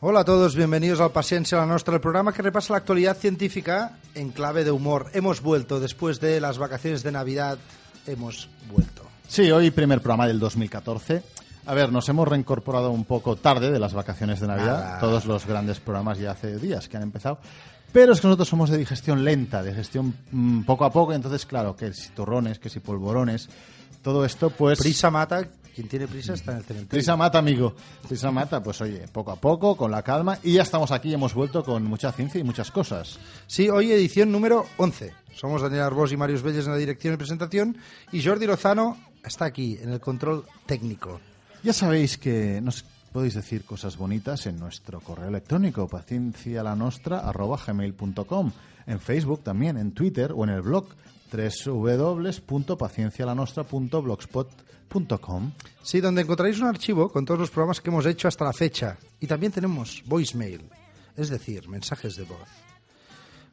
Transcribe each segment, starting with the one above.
Hola a todos, bienvenidos al Paciencia, a nuestro programa que repasa la actualidad científica en clave de humor. Hemos vuelto después de las vacaciones de Navidad, hemos vuelto. Sí, hoy primer programa del 2014. A ver, nos hemos reincorporado un poco tarde de las vacaciones de Navidad. Nada. Todos los grandes programas ya hace días que han empezado. Pero es que nosotros somos de digestión lenta, de gestión mm, poco a poco. Entonces, claro, que si turrones, que si polvorones, todo esto pues... Prisa mata, quien tiene prisa está en el cementerio. Prisa mata, amigo. Prisa mata, pues oye, poco a poco, con la calma. Y ya estamos aquí, hemos vuelto con mucha ciencia y muchas cosas. Sí, hoy edición número 11. Somos Daniel Arbós y Marius Belles en la dirección y presentación y Jordi Lozano está aquí en el control técnico. Ya sabéis que nos podéis decir cosas bonitas en nuestro correo electrónico paciencialanostra@gmail.com, en Facebook también, en Twitter o en el blog www.paciencialanostra.blogspot.com. Sí, donde encontraréis un archivo con todos los programas que hemos hecho hasta la fecha. Y también tenemos voicemail, es decir, mensajes de voz.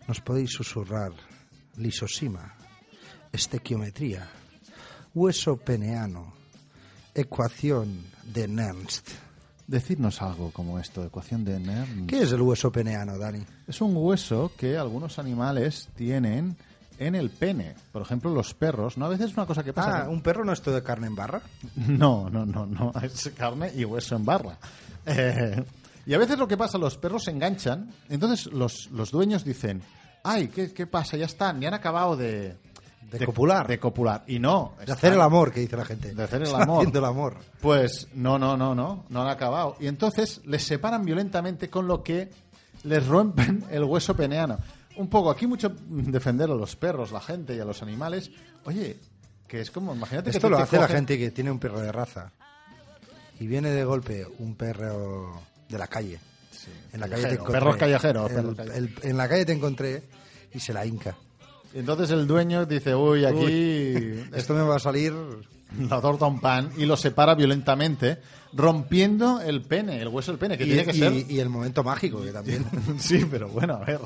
Nos podéis susurrar lisosima, estequiometría, hueso peneano, ecuación de Nernst. Decirnos algo como esto, ecuación de Nernst. ¿Qué es el hueso peneano, Dani? Es un hueso que algunos animales tienen en el pene. Por ejemplo, los perros, ¿no? A veces es una cosa que pasa. Ah, un perro no es todo de carne en barra. No, no, no, no. Es carne y hueso en barra. Eh, y a veces lo que pasa, los perros se enganchan, entonces los, los dueños dicen, ay, ¿qué, qué pasa? Ya están, ya han acabado de... De copular. De copular. Y no. De hacer el amor, que dice la gente. De hacer el Están amor. haciendo el amor. Pues no, no, no, no, no han acabado. Y entonces les separan violentamente con lo que les rompen el hueso peneano. Un poco, aquí mucho mm, defender a los perros, la gente y a los animales. Oye, que es como, imagínate que Esto tú lo te hace la cogen- gente que tiene un perro de raza. Y viene de golpe un perro de la calle. En la calle Callejero, te encontré. perros callejeros, El- perros callejeros. el- en la calle te encontré y se la hinca. Entonces el dueño dice, uy, aquí Esto me va a salir. la torta un pan y lo separa violentamente, rompiendo el pene, el hueso del pene, que y, tiene que y- ser... y el momento mágico que también. Sí, pero bueno, a ver,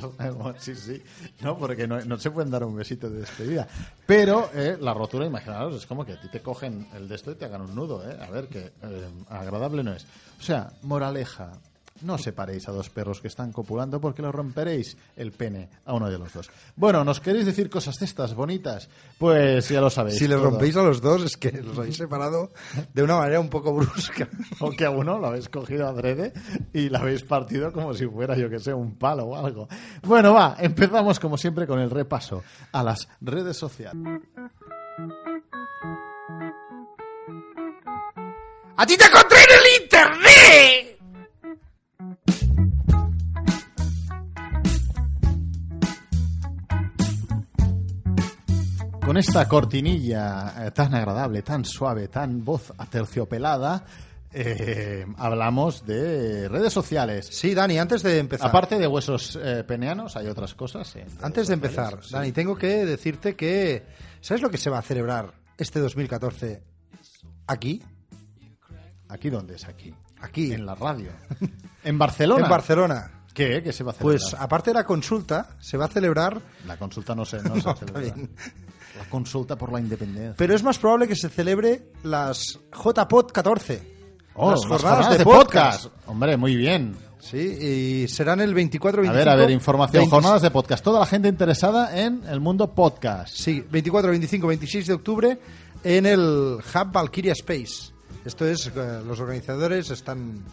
sí, sí, no, porque no, no se pueden dar un besito de despedida. Pero eh, la rotura, imaginaros, es como que a ti te cogen el de esto y te hagan un nudo, ¿eh? A ver, que eh, agradable no es. O sea, moraleja, no separéis a dos perros que están copulando porque lo romperéis el pene a uno de los dos. Bueno, ¿nos queréis decir cosas de estas bonitas? Pues ya lo sabéis. Si le todo. rompéis a los dos, es que los habéis separado de una manera un poco brusca. O que a uno lo habéis cogido adrede y lo habéis partido como si fuera, yo que sé, un palo o algo. Bueno, va, empezamos como siempre con el repaso a las redes sociales. ¡A ti te encontré en el internet! Con esta cortinilla eh, tan agradable, tan suave, tan voz aterciopelada, eh, hablamos de redes sociales. Sí, Dani, antes de empezar. Aparte de huesos eh, peneanos, hay otras cosas. en redes Antes de sociales. empezar, Sí. Dani, tengo que decirte que. ¿Sabes lo que se va a celebrar este 2014? Aquí. ¿Aquí dónde es aquí? Aquí. En la radio. ¿En Barcelona? En Barcelona. ¿Qué? ¿Qué se va a hacer? Pues aparte de la consulta, se va a celebrar, La consulta no se, no se No, celebra. está bien. La consulta por la independencia. pero es más probable que se celebre las JPod 14. Oh, las, jornadas de, podcast. podcast. Hombre, muy bien. Sí, y serán el 24, A 25. ver, a ver, información. 20 Jornadas de podcast. Toda la gente interesada en el mundo podcast. Sí, 24, 25, 26 de octubre en el Hub Valkyria Space. Esto es, eh, los organizadores están,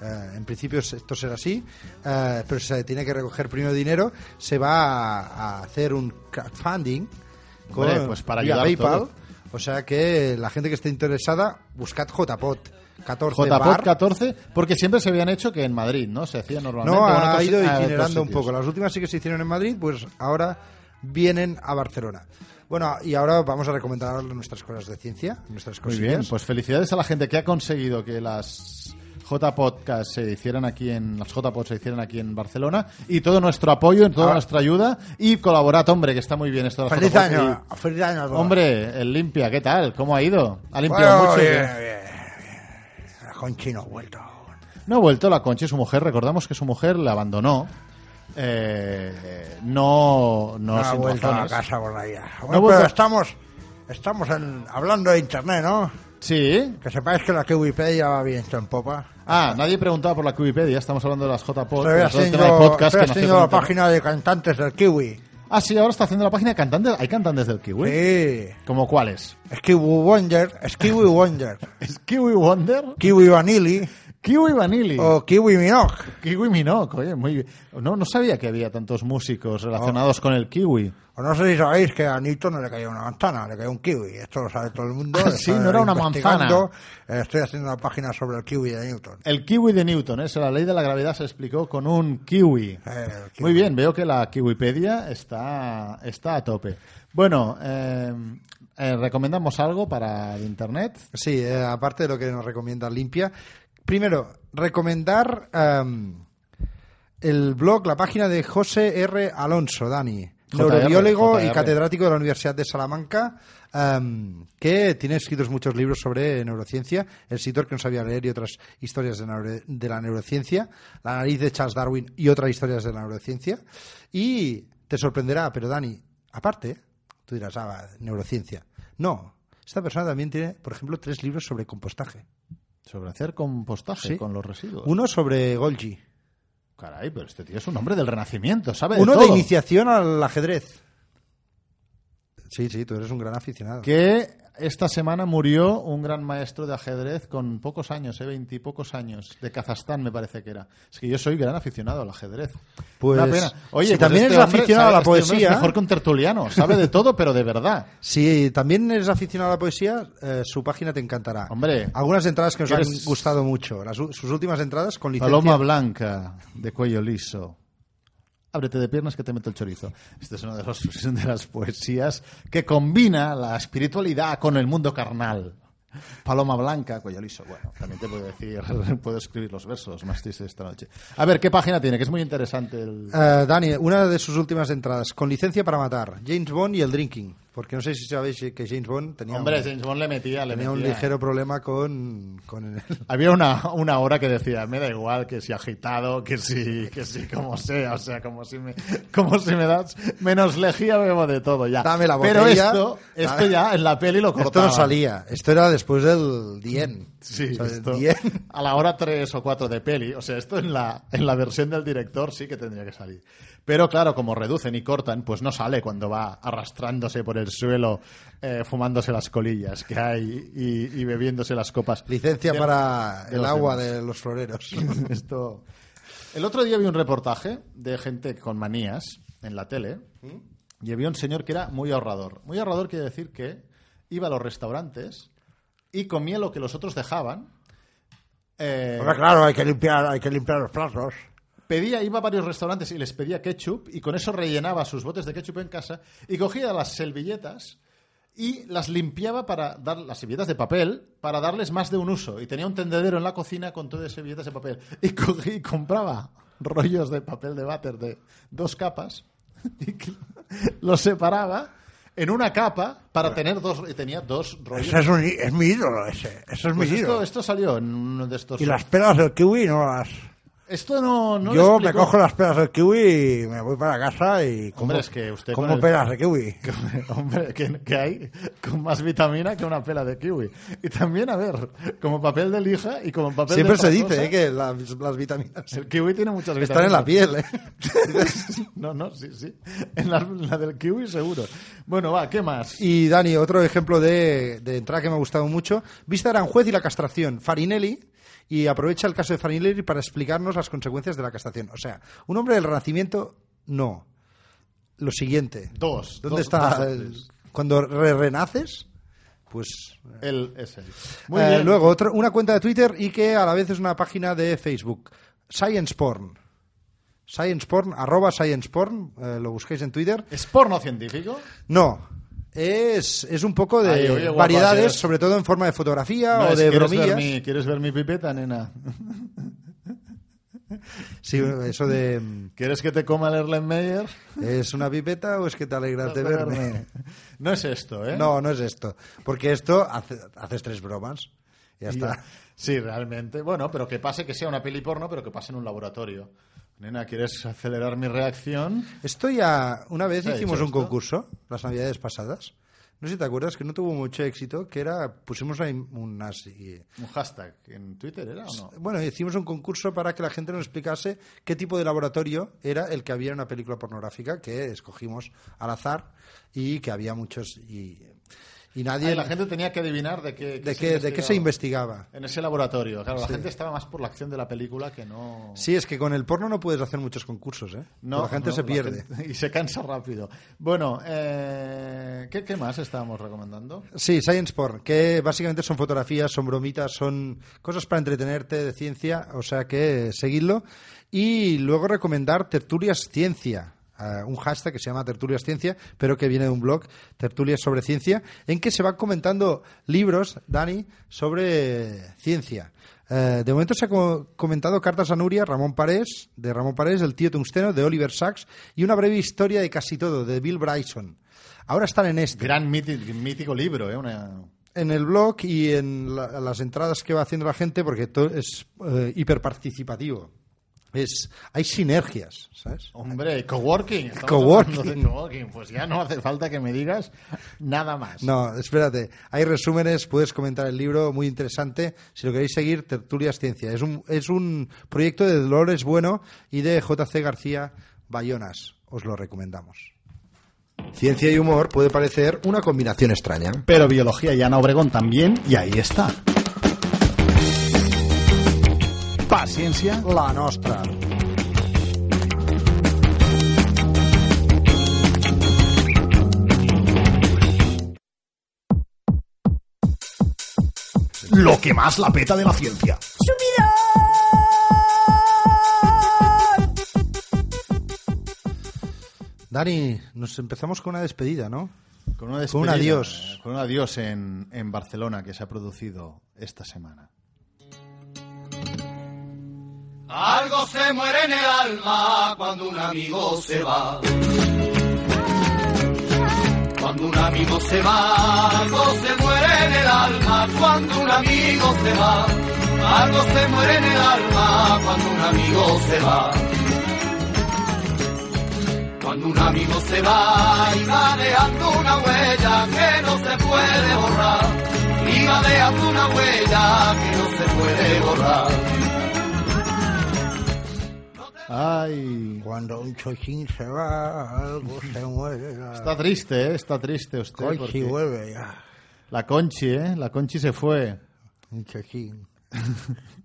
eh, en principio es- esto será así, eh, pero se tiene que recoger primero dinero. Se va a, a hacer un crowdfunding con, Hombre, pues para vía ayudar PayPal. todo. O sea que la gente que esté interesada, buscad JPOT 14 JPod bar. 14, porque siempre se habían hecho que en Madrid, ¿no? Se hacía normalmente. No, bueno, ha otros- ido ah, otros itinerando un sitios. poco. Las últimas sí que se hicieron en Madrid, pues ahora vienen a Barcelona. Bueno, y ahora vamos a recomendar nuestras cosas de ciencia, nuestras Muy cosillas. bien, pues felicidades a la gente que ha conseguido que las J-Podcast se hicieran aquí en las J-Pod se hicieran aquí en Barcelona y todo nuestro apoyo, toda Ah. nuestra ayuda y colaborad, hombre, que está muy bien esto de las ¡Feliz J-Pod y- año! ¡Feliz año! a todos! Hombre, el limpia, ¿qué tal? ¿Cómo ha ido? ¿Ha limpiado Bueno, mucho? bien, bien, bien. Conchi no ha vuelto. No ha vuelto la Conchi, su mujer. Recordamos que su mujer la abandonó. Eh, no, no, No, ha sin vuelto razones. a casa por allá. ha Bueno, vuelto. pero estamos, estamos en- hablando de internet, ¿no? Sí. Que sepáis que la Wikipedia va bien en popa. Ah, nadie preguntaba por la Wikipedia, estamos hablando de las Estoy JPod, de todo el tema de haciendo, podcast estoy que nos haciendo la tiene- página de cantantes del kiwi. Ah, sí, ahora está haciendo la página de cantantes, hay cantantes del Kiwi. Sí. ¿Como cuáles? Es Kiwi Wonder, es Kiwi Wonder, ¿Es Kiwi Wonder? Kiwi Vanilli Kiwi Vanilli. o Kiwi Minogue. Kiwi Minoc, oye, muy bien. No, no sabía que había tantos músicos relacionados Oh. con el kiwi. O no sé si sabéis que a Newton no le cayó una manzana, le cayó un kiwi. Esto lo sabe todo el mundo. Ah, lo sí, sabe no era una investigando. Eh, Estoy haciendo una página sobre el kiwi de Newton. El kiwi de Newton, eso, la ley de la gravedad se explicó con un kiwi. Eh, el kiwi. Muy bien, veo que la Kiwipedia está, está a tope. Bueno, eh, eh, ¿recomendamos algo para el internet? Sí, eh, aparte de lo que nos recomienda Limpia. Primero, recomendar em, el blog, la página de José R. Alonso, Dani, JR, neurobiólogo y JR. catedrático de la Universidad de Salamanca, em, que tiene escritos muchos libros sobre neurociencia, El sitio que no sabía leer y otras historias de, neuro- de la neurociencia, La nariz de Charles Darwin y otras historias de la neurociencia. Y te sorprenderá, pero Dani, aparte, tú dirás, ah, va, neurociencia. No, esta persona también tiene, por ejemplo, tres libros sobre compostaje. Sobre hacer compostaje Sí. con los residuos. Uno sobre Golgi, Caray, pero este tío es un hombre del renacimiento, ¿sabe? uno de todo. iniciación al ajedrez. Sí, sí, tú eres un gran aficionado. Que esta semana murió un gran maestro de ajedrez con pocos años, ¿eh? 20 y pocos años, de Kazajstán me parece que era. Es que yo soy gran aficionado al ajedrez. Pues, Una pena. Oye, si pues también este eres hombre aficionado sabe- a la este hombre es poesía- mejor que un tertuliano, sabe de todo, pero de verdad. Si también eres aficionado a la poesía, eh, su página te encantará. Hombre. Algunas entradas que nos Eres- han gustado mucho. Las u- sus últimas entradas con licencia. Paloma blanca, de cuello liso. Ábrete de piernas que te meto el chorizo. Esta es una de, los- de las poesías que combina la espiritualidad con el mundo carnal. Paloma blanca, cuello liso. Bueno, también te puedo decir, puedo escribir los versos más tristes de esta noche. A ver, ¿qué página tiene? Que es muy interesante el... Eh, Dani, una de sus últimas entradas, con licencia para matar, James Bond y el drinking. Porque no sé si sabéis que James Bond tenía, Hombre, un, James Bond le metía, le tenía un metía. ligero problema con, con el- Había una, una hora que decía, me da igual que si agitado, que si, que si como sea, o sea, como si me, como si me das menos lejía, bebo de todo ya. Dame la Pero botella. esto, esto ya en la peli lo Esto cortaban. no salía, esto era después del Dien. Sí, O sea, del esto, Dien. a la hora 3 o 4 de peli, o sea, esto en la, en la versión del director sí que tendría que salir. Pero claro, como reducen y cortan, pues no sale cuando va arrastrándose por el suelo, eh, fumándose las colillas que hay y, y bebiéndose las copas. Licencia De- para de el los agua demás. de los floreros. Esto. El otro día vi un reportaje de gente con manías en la tele y había un señor que era muy ahorrador. Muy ahorrador quiere decir que iba a los restaurantes y comía lo que los otros dejaban. eh, Hombre, claro, hay que limpiar, hay que limpiar los platos. pedía, iba a varios restaurantes y les pedía ketchup y con eso rellenaba sus botes de ketchup en casa y cogía las servilletas y las limpiaba para dar las servilletas de papel para darles más de un uso y tenía un tendedero en la cocina con todas las servilletas de papel y cogí y compraba rollos de papel de váter de dos capas y que los separaba en una capa para tener dos y tenía dos rollos Ese es, un í- es mi ídolo, ese. Ese es Pues mi esto, ídolo. esto salió en uno de estos Y las pelas del kiwi no las... esto no, no lo Yo me explicó. cojo las pelas del kiwi y me voy para casa y como, Hombre, es que usted como con el- pelas de kiwi. Hombre, que, que hay con más vitamina que una pela de kiwi. Y también, a ver, como papel de lija y como papel Siempre de se otra dice cosa, eh, que las, las vitaminas El kiwi tiene muchas vitaminas. están en la piel. eh. No, no, sí, sí. En la, la del kiwi seguro. Bueno, va, ¿qué más? Y Dani, otro ejemplo de, de entrada que me ha gustado mucho. Vista de Aranjuez y la castración. Farinelli. Y aprovecha el caso de Farinelli para explicarnos las consecuencias de la castración. O sea, un hombre del Renacimiento, no. Lo siguiente. Dos. ¿Dónde dos- está? dos o el- tres. cuando re- renaces, pues. El, es el. Muy Eh, bien. Luego, otro- una cuenta de Twitter y que a la vez es una página de Facebook. Science Porn. Science Porn, arroba Science Porn, eh, lo busquéis en Twitter. ¿Es porno científico? No. Es, es un poco de Ay, oye, guapa, variedades, sí. sobre todo en forma de fotografía o No, es, de ¿quieres ver, bromillas. mi, ¿Quieres ver mi pipeta, nena? Sí, eso de. mm, ¿Quieres que te coma el Erlenmeyer? ¿Es una pipeta o es que te alegras de verme? No es esto, ¿eh? No, no es esto. Porque esto hace- haces tres bromas. Ya Y está. ya. Sí, realmente. Bueno, pero que pase que sea una peli porno, pero que pase en un laboratorio. Nena, ¿quieres acelerar mi reacción? Esto ya, una vez ¿Se ha hicimos dicho un esto? concurso, las navidades pasadas, No sé si te acuerdas que no tuvo mucho éxito, que era, pusimos ahí unas... eh, y- Un hashtag en Twitter, ¿era o no? Bueno, hicimos un concurso para que la gente nos explicase qué tipo de laboratorio era el que había en una película pornográfica que escogimos al azar y que había muchos y, y nadie... Ahí la gente tenía que adivinar de qué, de, qué, de qué se investigaba. investigaba. En ese laboratorio, claro, la Sí. gente estaba más por la acción de la película que no... Sí, es que con el porno no puedes hacer muchos concursos, ¿eh? No, la gente no, se pierde. gente- y se cansa rápido. Bueno, eh, ¿qué, qué más estábamos recomendando? Sí, Science Porn, que básicamente son fotografías, son bromitas, son cosas para entretenerte de ciencia, o sea que eh, seguidlo. Y luego recomendar Tertulias Ciencia, eh, un hashtag que se llama Tertulias Ciencia, pero que viene de un blog, Tertulias sobre Ciencia, en que se van comentando libros, Dani, sobre eh, ciencia. Eh, de momento se ha co- comentado Cartas a Nuria, Ramón Parés, de Ramón Parés, El tío tungsteno, de Oliver Sacks, y una breve historia de casi todo, de Bill Bryson. Ahora están en este Gran mítico, mítico libro, ¿eh? Una... en el blog y en la- las entradas que va haciendo la gente porque todo es eh, hiperparticipativo. Es, hay sinergias, ¿sabes? Hombre, coworking. estamos Coworking. hablando de coworking. Pues ya no hace falta que me digas nada más. No, espérate. Hay resúmenes, puedes comentar el libro, muy interesante. Si lo queréis seguir, Tertulias Ciencia. Es un, es un proyecto de Dolores Bueno y de J.C. García Bayonas. Os lo recomendamos. Ciencia y humor puede parecer una combinación extraña. Pero biología y Ana Obregón también, y ahí está. Paciencia. La nostra. Lo que más la peta de la ciencia. Dani, nos empezamos con una despedida, ¿no? Con, una Con un despedida, adiós. eh, Con un adiós en, en Barcelona que se ha producido esta semana. Algo se muere en el alma cuando un amigo se va. Cuando un amigo se va, algo se muere en el alma cuando un amigo se va. Algo se muere en el alma cuando un amigo se va. Cuando un amigo se va y va dejando una huella que no se puede borrar. Y va dejando una huella que no se puede borrar. Ay. Cuando un chochín se va, algo se mueve. Está triste, ¿eh? Está triste usted. Conchi porque- vuelve ya. La Conchi, ¿eh? La Conchi se fue. Un chochín.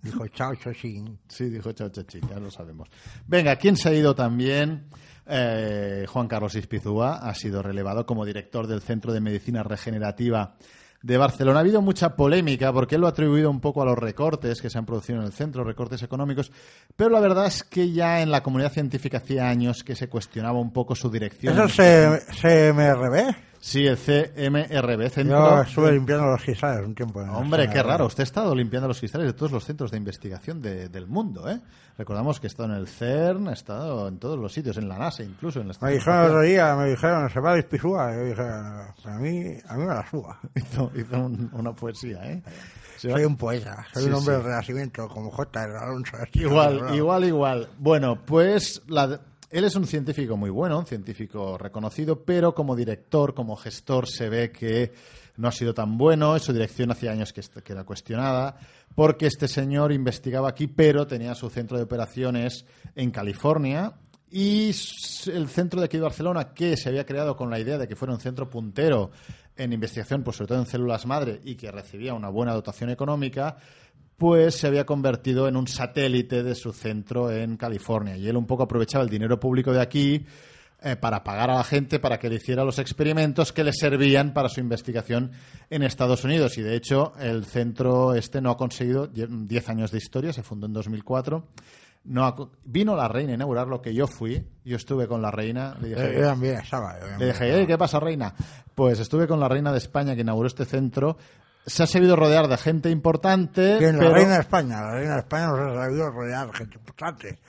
Dijo, chao, chochín. Sí, dijo Chao Chachi, ya lo sabemos. Venga, ¿quién se ha ido también? Eh, Juan Carlos Ispizúa ha sido relevado como director del Centro de Medicina Regenerativa de Barcelona. Ha habido mucha polémica porque él lo ha atribuido un poco a los recortes que se han producido en el centro, recortes económicos, pero la verdad es que ya en la comunidad científica hacía años que se cuestionaba un poco su dirección. ¿Eso se, se me revé? Sí, el CMRB, Yo Centro estuve limpiando los cristales un tiempo. en la Hombre, zona qué de- raro. Usted ha estado limpiando los cristales de todos los centros de investigación de- del mundo, ¿eh? Recordamos que ha estado en el CERN, ha estado en todos los sitios, en la NASA incluso. En la Me dijeron el otro día, me dijeron, se va a dispizúa. Yo dije, a mí, a mí me la suba. hizo, hizo un- una poesía, ¿eh? Se va- Soy un poeta, soy Sí, un hombre sí. del renacimiento, como J. Alonso. Igual, igual, igual. Bueno, pues la- él es un científico muy bueno, un científico reconocido, pero como director, como gestor, se ve que no ha sido tan bueno. y Su dirección hacía años que, est- que era cuestionada, porque este señor investigaba aquí, pero tenía su centro de operaciones en California. Y s- el centro de aquí de Barcelona, que se había creado con la idea de que fuera un centro puntero en investigación, pues sobre todo en células madre, y que recibía una buena dotación económica, pues se había convertido en un satélite de su centro en California. Y él un poco aprovechaba el dinero público de aquí eh, para pagar a la gente para que le hiciera los experimentos que le servían para su investigación en Estados Unidos. Y de hecho, el centro este no ha conseguido lle- 10 años de historia, se fundó en 2004. No ha co- vino la reina a inaugurar lo que yo fui. Yo estuve con la reina. Le dije, Yo también estaba. yo también le dije, estaba. "Ey, ¿qué pasa, reina? Pues estuve con la reina de España que inauguró este centro. Se ha sabido rodear de gente importante. ¿Quién? La pero- reina de España. La reina de España nos ha sabido rodear gente importante.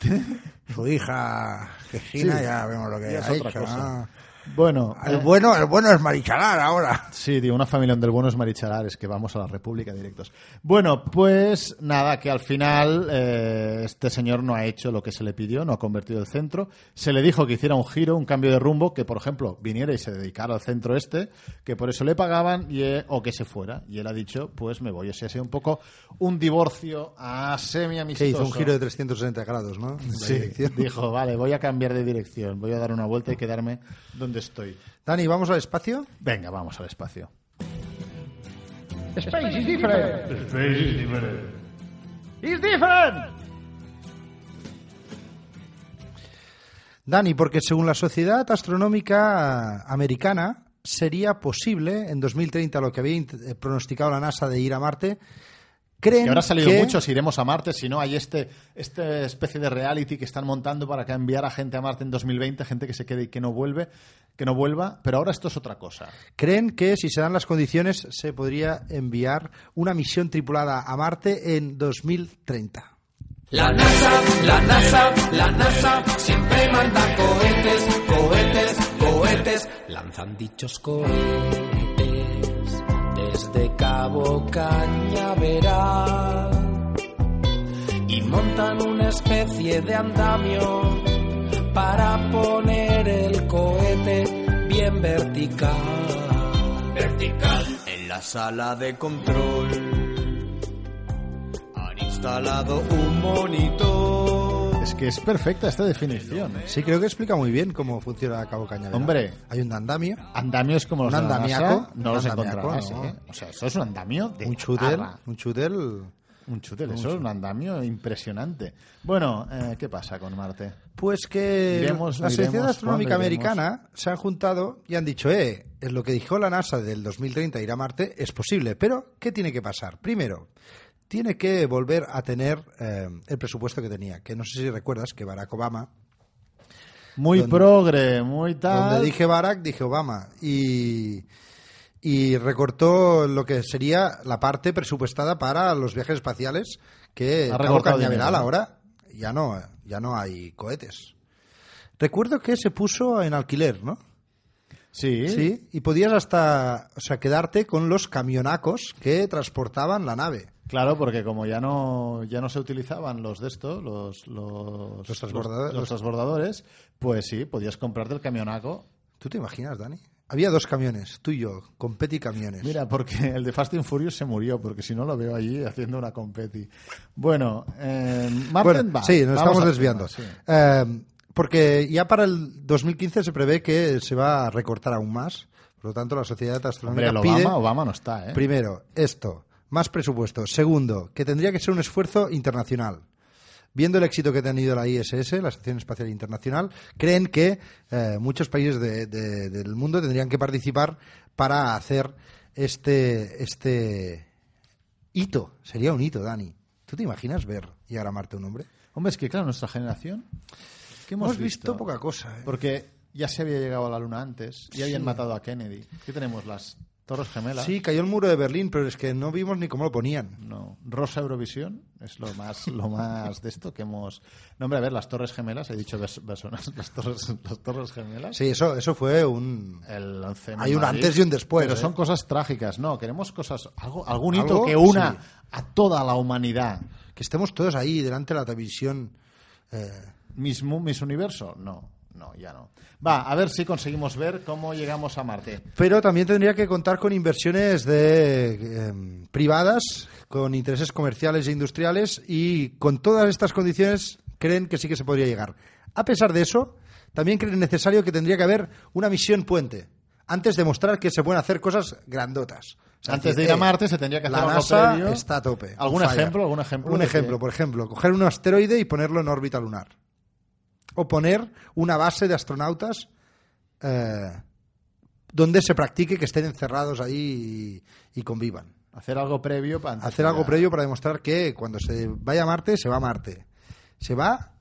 Su hija Cristina, Sí, ya vemos lo que ya es ha otra hecho. cosa. ¿no? Bueno, eh, El bueno, el bueno es Marichalar ahora. Sí, de una familia donde el bueno es marichalar, es que vamos a la República directos. Bueno, pues nada, que al final eh, este señor no ha hecho lo que se le pidió, no ha convertido el centro. Se le dijo que hiciera un giro, un cambio de rumbo, que por ejemplo viniera y se dedicara al centro este, que por eso le pagaban y, eh, o que se fuera. Y él ha dicho, pues me voy. O sea, ha sido un poco un divorcio a semi-amistoso. Que hizo un giro de 360 grados, ¿no? En la Sí, dirección. dijo, vale, voy a cambiar de dirección, voy a dar una vuelta y quedarme donde estoy. Dani, ¿vamos al espacio? Venga, vamos al espacio. Space is different. It's different. Dani, porque según la Sociedad Astronómica Americana sería posible en 2030 lo que había int- eh, pronosticado la NASA de ir a Marte. Creen Que ahora ha salido que- mucho, si iremos a Marte, si no, hay este, este especie de reality que están montando para que enviar a gente a Marte en 2020, gente que se quede y que no vuelve, que no vuelva, pero ahora esto es otra cosa. Creen que si se dan las condiciones se podría enviar una misión tripulada a Marte en 2030. La NASA, la NASA, la NASA siempre manda cohetes, cohetes, cohetes. Lanzan dichos cohetes desde Cabo Cañaveral y montan una especie de andamio para poner el cohete bien vertical. Vertical. En la sala de control han instalado un monitor. Es que es perfecta esta definición. ¿eh? Sí, creo que explica muy bien cómo funciona Cabo Cañaveral. Hombre. Hay un andamio. Andamios como los Un de la NASA, andamiaco, no un los andamiaco, encontrarás. no. ¿eh? O sea, eso es un andamio de Un chudel. arra. Un chudel. Un chudel, eso es un andamio impresionante. Bueno, eh, ¿qué pasa con Marte? Pues que Iremos, la iremos, Sociedad Astronómica ¿cuándo iremos? Americana se han juntado y han dicho, eh, es lo que dijo la NASA del 2030 ir a Marte es posible, pero ¿qué tiene que pasar? Primero, tiene que volver a tener eh, el presupuesto que tenía, que no sé si recuerdas que Barack Obama, Muy Donde- progre, muy tal. donde dije Barack, dije Obama, y, y recortó lo que sería la parte presupuestada para los viajes espaciales, que Ha Cabo recortado Cañaveral dinero, ¿no? ahora ya no, ya no hay cohetes. Recuerdo que se puso en alquiler, ¿no? Sí, Sí, y podías hasta, o sea, quedarte con los camionacos que transportaban la nave. Claro, porque como ya no, ya no se utilizaban los de esto, los, los, Los transbordadores. los- los transbordadores, pues sí, podías comprarte el camionaco. ¿Tú te imaginas, Dani? Había dos camiones, tú y yo, con Petty camiones. Mira, porque el de Fast and Furious se murió, porque si no lo veo allí haciendo una competi. Bueno, eh, Martin Bueno, va. sí, nos Vamos estamos al desviando. tema, sí. Eh, porque ya para el 2015 se prevé que se va a recortar aún más. Por lo tanto, la sociedad Hombre, astronómica el pide, Obama, Obama no está, ¿eh? primero, esto, más presupuesto. Segundo, que tendría que ser un esfuerzo internacional. Viendo el éxito que ha tenido la ISS, la Estación Espacial Internacional, creen que eh, muchos países de- de- del mundo tendrían que participar para hacer este, este hito. Sería un hito, Dani. ¿Tú te imaginas ver llegar a Marte un hombre? Hombre, es que claro, nuestra generación, ¿qué hemos, Hemos visto poca cosa. ¿eh? Porque ya se había llegado a la Luna antes, ya habían matado a Kennedy. ¿Qué tenemos, las Torres Gemelas? Sí, cayó el muro de Berlín, pero es que no vimos ni cómo lo ponían. No, Rosa Eurovisión es lo más lo más de esto que hemos. No, hombre, a ver, las Torres Gemelas, he dicho vers- personas, las Torres, las torres Gemelas. Sí, eso, eso fue un... El 11 Hay un antes y un después, Pero ¿eh? son cosas trágicas, no, queremos cosas, algo, algún hito ¿Algo? que una Sí. a toda la humanidad. Que estemos todos ahí delante de la televisión. eh, Mis, mu- mis universo, no, no, ya no. Va, a ver si conseguimos ver cómo llegamos a Marte. Pero también tendría que contar con inversiones de eh, privadas, con intereses comerciales e industriales y con todas estas condiciones creen que sí que se podría llegar. A pesar de eso, también creen necesario que tendría que haber una misión puente antes de mostrar que se pueden hacer cosas grandotas. O sea, decir, Antes de ir a "Eh, Marte se tendría que hacer la algo NASA previo". está a tope. ¿Algún on fire. ejemplo, algún ejemplo Un de ejemplo, que- por ejemplo, coger un asteroide y ponerlo en órbita lunar. O poner una base de astronautas eh, donde se practique que estén encerrados ahí y, y convivan. Hacer algo previo para Hacer algo previo para demostrar que cuando se vaya a Marte, se va a Marte. Se va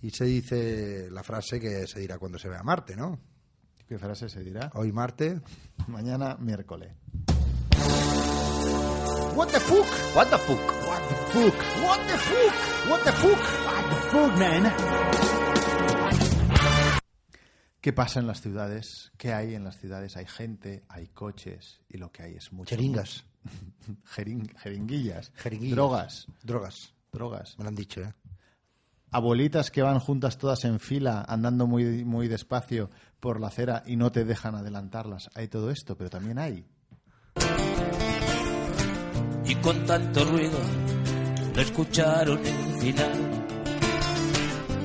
y se dice la frase que se dirá cuando se vea a Marte, ¿no? ¿Qué frase se dirá? Hoy Marte. Mañana miércoles. What the fuck? What the fuck? What the fuck? What the fuck? What the fuck? What the fuck, man? ¿Qué pasa en las ciudades? ¿Qué hay en las ciudades? Hay gente, hay coches y lo que hay es mucho. Jeringas. Jering- jeringuillas, Jeringuillas. Drogas. Drogas. Drogas. Me lo han dicho, ¿eh? Abuelitas que van juntas todas en fila, andando muy, muy despacio por la acera y no te dejan adelantarlas. Hay todo esto, pero también hay. y con tanto ruido no escucharon el final.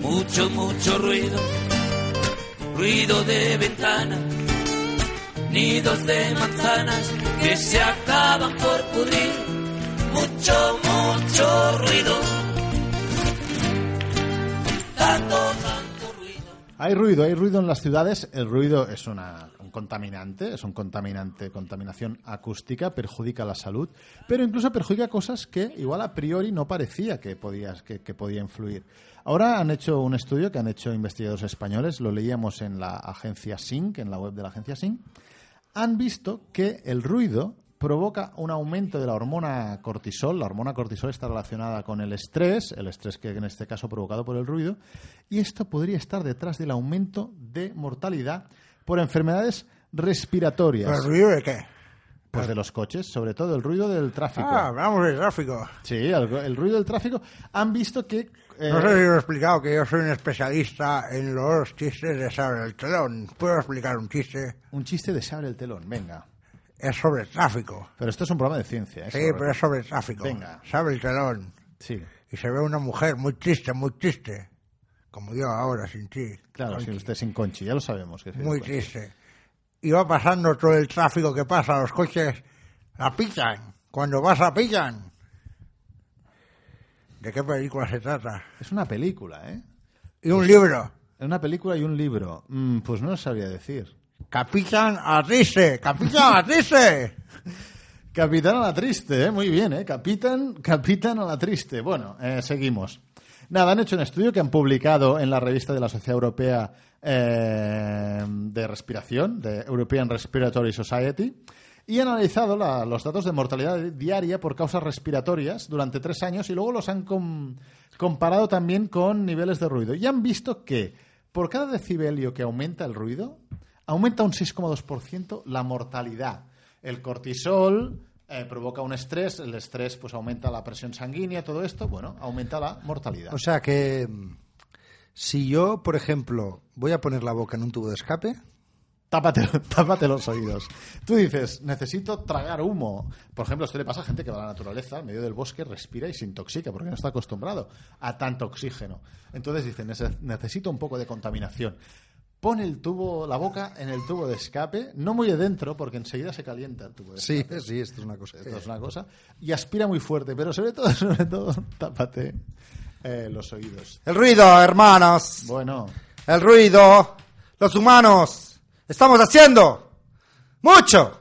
Mucho, mucho ruido, ruido de ventanas, nidos de manzanas que se acaban por pudrir. Mucho, mucho ruido, tanto, tanto ruido. Hay ruido, hay ruido en las ciudades. El ruido es una, un contaminante, es un contaminante, contaminación acústica, perjudica la salud, pero incluso perjudica cosas que igual a priori no parecía que, podías, que, que podía influir. Ahora han hecho un estudio que han hecho investigadores españoles, lo leíamos en la agencia SINC, en la web de la agencia SINC, han visto que el ruido provoca un aumento de la hormona cortisol. La hormona cortisol está relacionada con el estrés, el estrés que en este caso provocado por el ruido, y esto podría estar detrás del aumento de mortalidad por enfermedades respiratorias, ¿Pero ruido de qué? pues de los coches, sobre todo el ruido del tráfico. Ah, vamos del tráfico. Sí, el, el ruido del tráfico. Han visto que eh, No sé si lo he explicado, que yo soy un especialista en los chistes de saber el telón. ¿Puedo explicar un chiste? un chiste de se abre el telón, venga. Es sobre tráfico. Pero esto es un programa de ciencia. ¿eh? Sí, Sobre- pero es sobre tráfico. Venga. Sabe el telón. Sí, Y se ve una mujer muy triste, muy triste. Como yo ahora, sin ti. claro, si usted sin conchi, ya lo sabemos. Que sí. Muy triste. Y va pasando todo el tráfico que pasa, los coches la pillan. Cuando vas la pillan. ¿De qué película se trata? Es una película, ¿eh? Y un libro. En una película y un libro. Mm, pues no lo sabría decir. Capillan a triste, capillan a triste. Capitán a la triste, ¿eh? muy bien, ¿eh? Capitán, capitán a la triste. Bueno, eh, seguimos. Nada, han hecho un estudio que han publicado en la revista de la Sociedad Europea eh, de Respiración, de European Respiratory Society, y han analizado la- los datos de mortalidad diaria por causas respiratorias durante tres años y luego los han com- comparado también con niveles de ruido. Y han visto que por cada decibelio que aumenta el ruido, aumenta un 6,2% la mortalidad. El cortisol eh, provoca un estrés, el estrés pues aumenta la presión sanguínea, todo esto, bueno, aumenta la mortalidad. O sea que mm, si yo, por ejemplo, voy a poner la boca en un tubo de escape, tápate, tápate los oídos. Tú dices, necesito tragar humo. Por ejemplo, esto le pasa a gente que va a la naturaleza, al medio del bosque, respira y se intoxica porque no está acostumbrado a tanto oxígeno. Entonces dicen, "Nece- necesito un poco de contaminación. Pon el tubo, la boca en el tubo de escape, no muy adentro porque enseguida se calienta el tubo de escape. sí, sí, esto es una cosa. eh. Esto es una cosa. Y aspira muy fuerte, pero sobre todo, sobre todo, tápate eh, los oídos. El ruido, hermanos, Bueno, el ruido, los humanos, estamos haciendo mucho,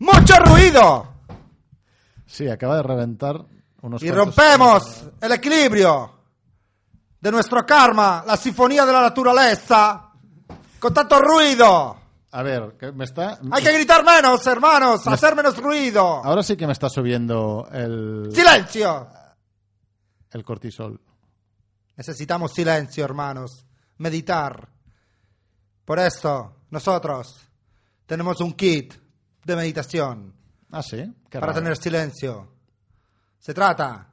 mucho ruido sí, acaba de reventar unos y cuantos- rompemos el equilibrio de nuestro karma, la sinfonía de la naturaleza, con tanto ruido. A ver, que me está. Hay que gritar menos, hermanos, hacer menos ruido. Ahora sí que me está subiendo el, ¡Silencio! el cortisol. Necesitamos silencio, hermanos. Meditar. Por esto, nosotros tenemos un kit de meditación Ah, sí. qué para raro. tener silencio. Se trata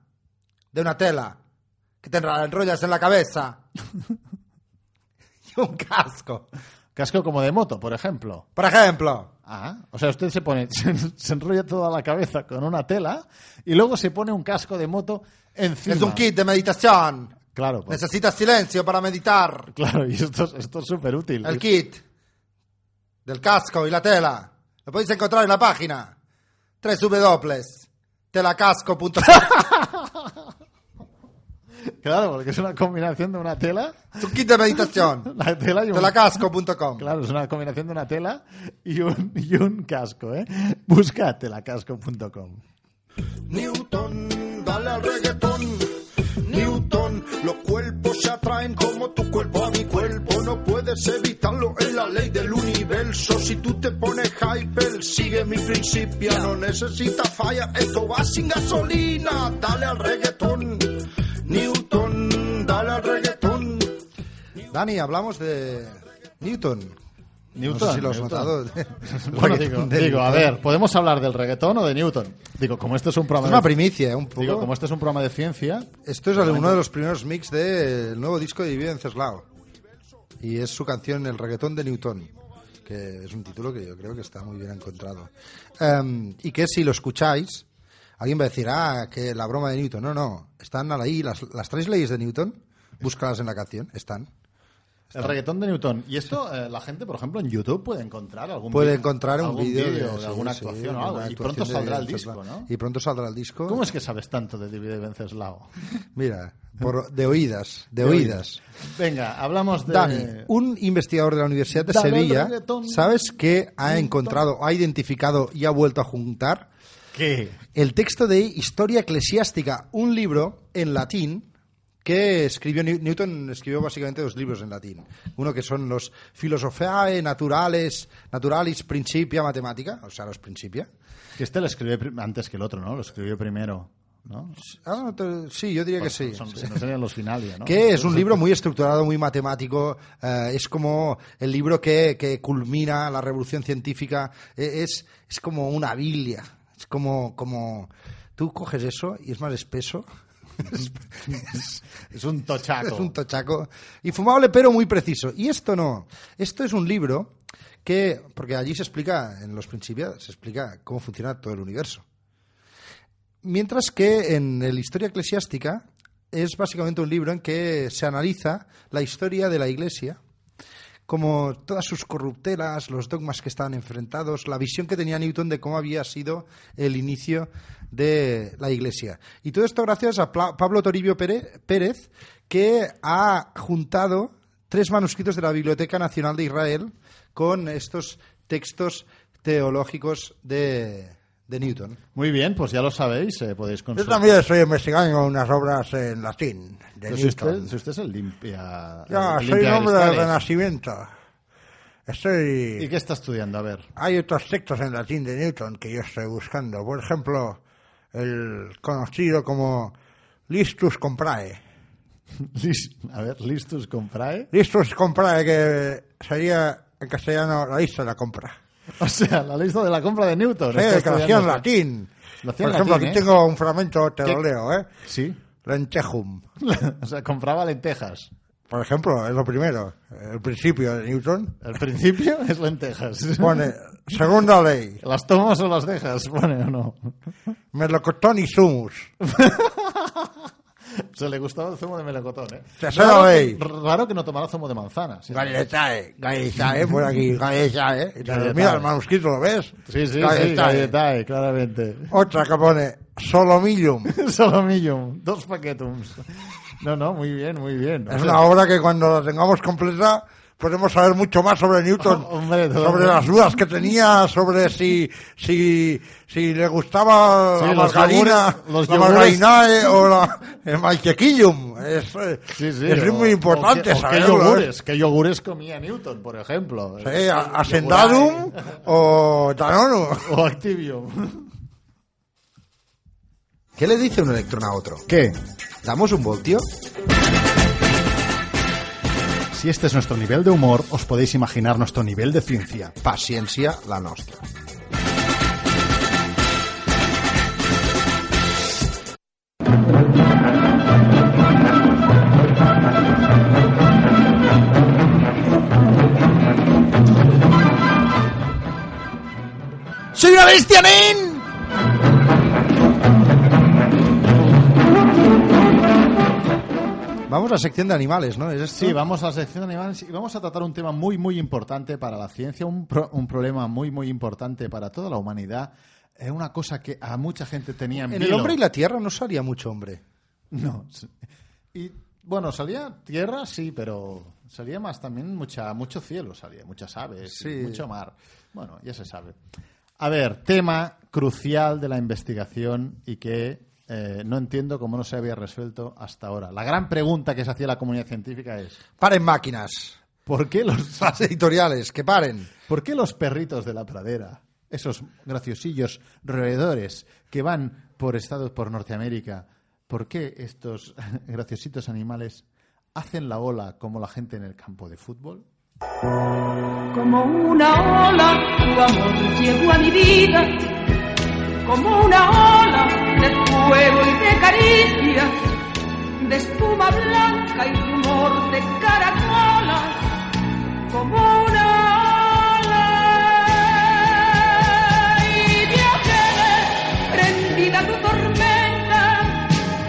de una tela que te enrollas en la cabeza y un casco. Casco como de moto, por ejemplo. Por ejemplo, Ah, o sea, usted se pone, se, se enrolla toda la cabeza con una tela y luego se pone un casco de moto encima. es un kit de meditación. Claro, pues, Necesitas silencio para meditar. claro, y esto, es- esto es súper útil. El kit del casco y la tela lo podéis encontrar en la página www.telacasco.com. Claro, porque es una combinación de una tela, Es un kit de meditación. la tela y un Telacasco.com. Claro, es una combinación de una tela y un, y un casco, ¿eh? Busca telacasco.com. Newton, dale al reggaetón. Newton, los cuerpos se atraen como tu cuerpo a mi cuerpo. No puedes evitarlo, es la ley del universo. Si tú te pones hyper, sigue mi principio. No necesita falla, esto va sin gasolina. Dale al reggaetón. Newton, dale al reggaetón. Dani, hablamos de Newton. Newton. no sé si lo has Newton. notado. Bueno, digo, digo, a ver, ¿podemos hablar del reggaetón o de Newton? Digo, como este es un Es programa una de, primicia, ¿eh? un poco. digo, como este es un programa de ciencia, Esto es uno de los primeros mix del nuevo disco de Vivian Ceslao. Y es su canción El reggaetón de Newton, que es un título que yo creo que está muy bien encontrado. Em, y que si lo escucháis, alguien va a decir, ah, que la broma de Newton. No, no, están ahí las, las tres leyes de Newton, búscalas en la canción, están. el reggaetón de Newton. Y esto eh, la gente, por ejemplo, en YouTube puede encontrar algún Puede vídeo- encontrar un algún vídeo vídeo de sí, alguna sí, actuación o de algo. una Y pronto actuación de saldrá el Vivian disco, Ceslao. ¿no? Y pronto saldrá el disco. ¿Cómo es que sabes tanto de David Venceslao? Mira, por- de oídas, de, oídas. Venga, hablamos de... Dani, un investigador de la Universidad de Dale al Sevilla, Este, reggaetón. ¿sabes qué ha encontrado, ha identificado y ha vuelto a juntar? ¿Qué? El texto de Historia Eclesiástica, un libro en latín que escribió New- Newton escribió básicamente dos libros en latín. Uno que son los Philosophiae Naturales, Naturalis Principia Mathematica, o sea, los Principia. Que este lo escribió pri- antes que el otro, ¿no? Lo escribió primero, ¿no? Ah, no te- sí, yo diría que sí. Son- sí. Se nos serían los finales, ¿no? que es un libro muy estructurado, muy matemático, eh, es como el libro que, que culmina la revolución científica, e- es, es como una biblia, es como, como tú coges eso y es más espeso, Es un tochaco. es un tochaco, infumable pero muy preciso. Y esto no, esto es un libro que, porque allí se explica, en los principios, se explica cómo funciona todo el universo. Mientras que en la historia eclesiástica es básicamente un libro en que se analiza la historia de la Iglesia, como todas sus corruptelas, los dogmas que estaban enfrentados, la visión que tenía Newton de cómo había sido el inicio de la Iglesia. Y todo esto gracias a Pla- Pablo Toribio Pere- Pérez, que ha juntado tres manuscritos de la Biblioteca Nacional de Israel con estos textos teológicos de, de Newton. Muy bien, pues ya lo sabéis, eh, podéis Yo consultar. también estoy investigando unas obras en latín de Pues Si usted, Newton. si usted es el limpia. Ya, el soy un limpia hombre de cristales. renacimiento. ¿Y Estoy... qué está estudiando? A ver. Hay otros textos en latín de Newton que yo estoy buscando. Por ejemplo, el conocido como Listus Comprae. Lis- a ver, Listus comprae. Listus Comprae, que sería en castellano la lista de la compra. O sea, la lista de la compra de Newton. Sí, Está que lo hacía en estudiando. latín. Lo hacía Por en ejemplo, latín, aquí ¿eh? tengo un fragmento, te lo ¿Qué? leo, ¿eh? Sí. Lentejum. o sea, compraba lentejas. Por ejemplo, es lo primero. El principio de Newton. Al principio es lentejas. Pone, segunda ley, ¿Las tomas o las dejas? Bueno, no. melocotón y zumus. Se le gustaba el zumo de melocotón, ¿eh? Tercera ley. que, raro que no tomara zumo de manzana. Sí, Galletae, galletae, ¿eh? por aquí, galletae. Y te- Galletae. Mira el manuscrito, ¿lo ves? sí, sí, Galletae. sí, galletae, claramente. Otra que pone, solomillum. Solomillum, dos paquetums. No, no, muy bien, muy bien. O Es sea, una obra que cuando la tengamos completa podemos saber mucho más sobre Newton, Oh, hombre, todo sobre bien. las dudas que tenía, sobre si, si, si le gustaba Sí, la los margarina, yogures- los la yogures. margarinae o la, el mantequillum. Es, eh, Sí, sí, es o- muy importante o qué- o saberlo. ¿Qué ¿eh? yogures, qué yogures comía Newton, por ejemplo? Sí, Eh, a- Ascendadum yogurae o Danonum. O Activium. ¿Qué le dice un electrón a otro? ¿Qué? ¿Damos un voltio? Si este es nuestro nivel de humor, os podéis imaginar nuestro nivel de ciencia. Paciencia la nostra. ¡Soy una bestia, nen! Vamos a sección de animales, ¿no? ¿Es esto? Sí, vamos a la sección de animales y vamos a tratar un tema muy, muy importante para la ciencia, un, pro- un problema muy, muy importante para toda la humanidad. Es una cosa que a mucha gente tenía en En el vilo. hombre y la tierra no salía mucho hombre. No. sí. Y bueno, salía tierra, sí, pero salía más también mucha, mucho cielo, salía muchas aves, y Sí. mucho mar. Bueno, ya se sabe. A ver, tema crucial de la investigación y que eh, no entiendo cómo no se había resuelto hasta ahora. La gran pregunta que se hacía la comunidad científica es Paren máquinas. ¿por qué los, Las editoriales, que paren. por qué los perritos de la pradera, esos graciosillos roedores que van por Estados, por Norteamérica, por qué estos graciositos animales hacen la ola como la gente en el campo de fútbol? Como una ola, tu amor llegó a mi vida. Como una ola de fuego y de caricias, de espuma blanca y rumor de caracola. Como una ola. Y viajé rendida a tu tormenta,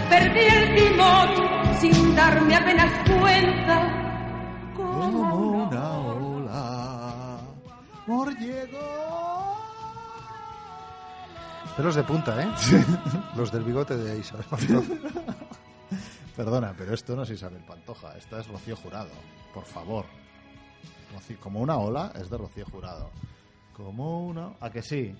perdí el timón sin darme apenas cuenta. Como una ola. Amor llegó. Pelos de punta, ¿eh? Los del bigote de Isabel. Perdona, pero esto no es Isabel Pantoja, esta es Rocío Jurado. Por favor. Rocío- Como una ola es de Rocío Jurado. Como una. ¿A que sí?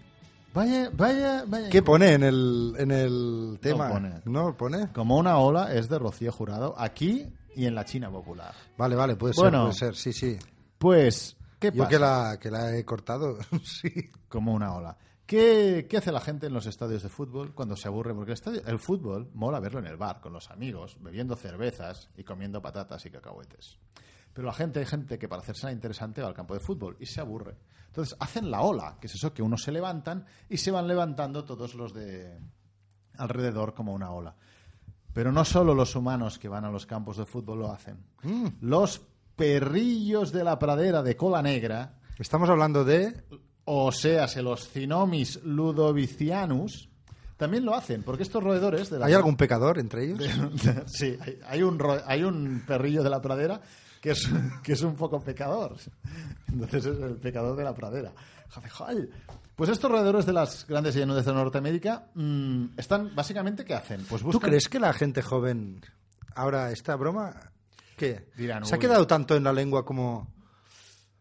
Vaya, vaya, vaya. ¿Qué pone en el, en el tema? pone. ¿No pone? Como una ola es de Rocío Jurado aquí y en la China popular. Vale, vale, puede Bueno. ser, puede ser, sí, sí. Pues, ¿qué Yo pasa? que la, que la he cortado, sí. Como una ola. ¿Qué, qué hace la gente en los estadios de fútbol cuando se aburre? Porque el, estadio- el fútbol mola verlo en el bar, con los amigos, bebiendo cervezas y comiendo patatas y cacahuetes. Pero la gente, hay gente que para hacerse la interesante va al campo de fútbol y se aburre. Entonces hacen la ola, que es eso, que unos se levantan y se van levantando todos los de alrededor como una ola. Pero no solo los humanos que van a los campos de fútbol lo hacen. Los perrillos de la pradera de cola negra Estamos hablando de... o sea, se los cinomis ludovicianus, también lo hacen, porque estos roedores de la... ¿Hay algún pecador entre ellos? de- sí, hay, hay un roe- hay un perrillo de la pradera que es, que es un poco pecador. Entonces es el pecador de la pradera. Jajajal. Pues estos roedores de las grandes llanuras de Norteamérica mm, están básicamente, ¿qué hacen? Pues ¿Tú buscan... crees que la gente joven ahora esta broma qué? Dirán, ¿Se ha "Uy". quedado tanto en la lengua como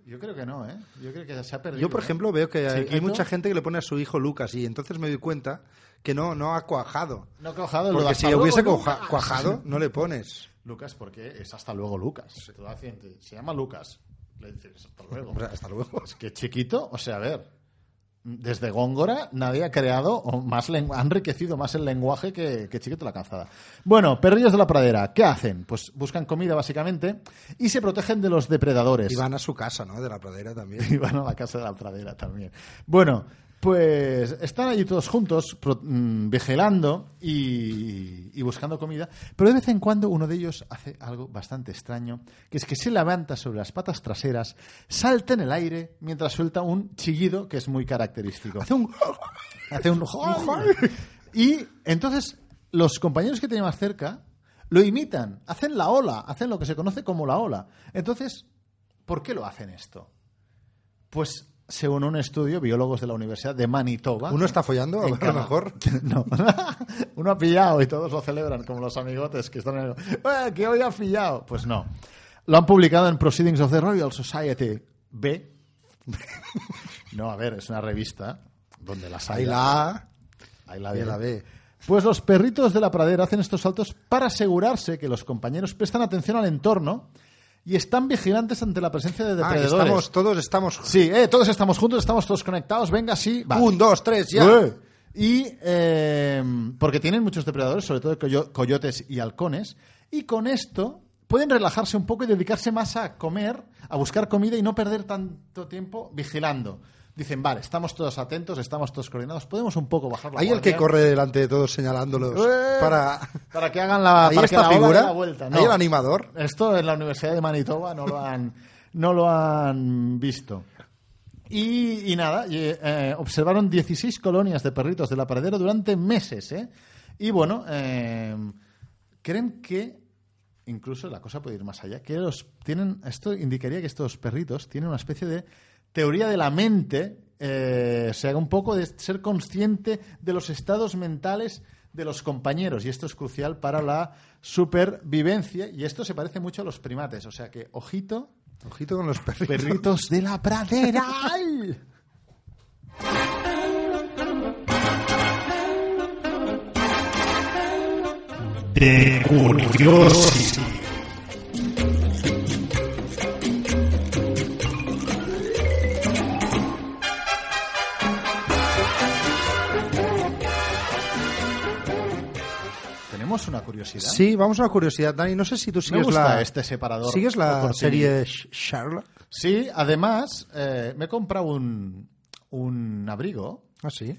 Yo creo que no, ¿eh? Yo creo que se ha perdido. yo, por ¿eh? ejemplo, veo que hay, hay Chiquito. mucha gente que le pone a su hijo Lucas y entonces me doy cuenta que no no ha cuajado. No ha cuajado lo de Porque hasta si luego, hubiese Lucas. cuaja- cuajado, no le pones. Lucas, porque es hasta luego Lucas. Se, te da accidente. Se llama Lucas. Le dices hasta luego. Hombre, hasta luego. Es que chiquito, o sea, a ver. Desde Góngora nadie ha creado o más lengua- ha enriquecido más el lenguaje que, que Chiquito la Calzada. Bueno, perrillos de la pradera, ¿qué hacen? Pues buscan comida básicamente y se protegen de los depredadores. Y van a su casa, ¿no? De la pradera también. Y van a la casa de la pradera también. Bueno, pues están allí todos juntos, pro- mm, vigilando y, y buscando comida, pero de vez en cuando uno de ellos hace algo bastante extraño, que es que se levanta sobre las patas traseras, salta en el aire mientras suelta un chillido que es muy característico. Hace un Hace un Y entonces los compañeros que tiene más cerca lo imitan, hacen la ola, hacen lo que se conoce como la ola. Entonces, ¿por qué lo hacen esto? Pues según un estudio, biólogos de la Universidad de Manitoba. uno está follando, a En lo cama. mejor. No. Uno ha pillado y todos lo celebran, como los amigotes que están en el. "Eh, que hoy ha pillado! Pues no. Lo han publicado en Proceedings of the Royal Society B. No, a ver, es una revista donde las hay. Ahí la A Ahí la y B. la B. Pues los perritos de la pradera hacen estos saltos para asegurarse que los compañeros prestan atención al entorno y están vigilantes ante la presencia de Ah, que depredadores. estamos todos estamos Sí, eh, todos estamos juntos, estamos todos conectados. Venga, sí. vale. un, dos, tres, ya. Eh. Y eh, porque tienen muchos depredadores, sobre todo coyo- coyotes y halcones, y con esto pueden relajarse un poco y dedicarse más a comer, a buscar comida y no perder tanto tiempo vigilando. Dicen, vale, estamos todos atentos, estamos todos coordinados, podemos un poco bajar la Hay el que guardia corre delante de todos señalándolos Eh. para para que hagan la, ahí para que esta la ola dé figura, la vuelta. ahí el No. animador. Esto en la Universidad de Manitoba no lo han, no lo han visto. Y, y nada, y, eh, observaron 16 colonias de perritos de la pradera durante meses. ¿eh? Y bueno, eh, creen que incluso la cosa puede ir más allá. Que los tienen, esto indicaría que estos perritos tienen una especie de teoría de la mente, eh, o sea, un poco de ser consciente de los estados mentales de los compañeros. Y esto es crucial para la supervivencia. Y esto se parece mucho a los primates. O sea que, ojito, Ojito con los perritos. perritos de la pradera. De curiosis. Tenemos una curiosidad. Sí, vamos a la curiosidad, Dani. No sé si tú Me sigues gusta la este separador. sigues la por ti. serie Sh- Sherlock. Sí, además, eh, me he comprado un, un abrigo. Ah, sí.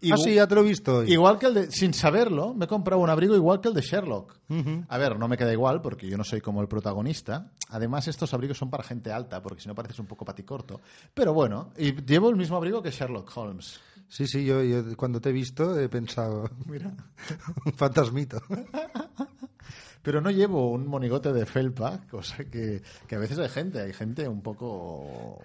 Igu- ah, sí, ya te lo he visto hoy. Igual que el de, sin saberlo, me he comprado un abrigo igual que el de Sherlock. A ver, no me queda igual porque yo no soy como el protagonista. Además, estos abrigos son para gente alta, porque si no pareces un poco paticorto. Pero bueno, y llevo el mismo abrigo que Sherlock Holmes. Sí, sí, yo, yo cuando te he visto he pensado, mira, un fantasmito. Pero no llevo un monigote de felpa, cosa que, que a veces hay gente, hay gente un poco...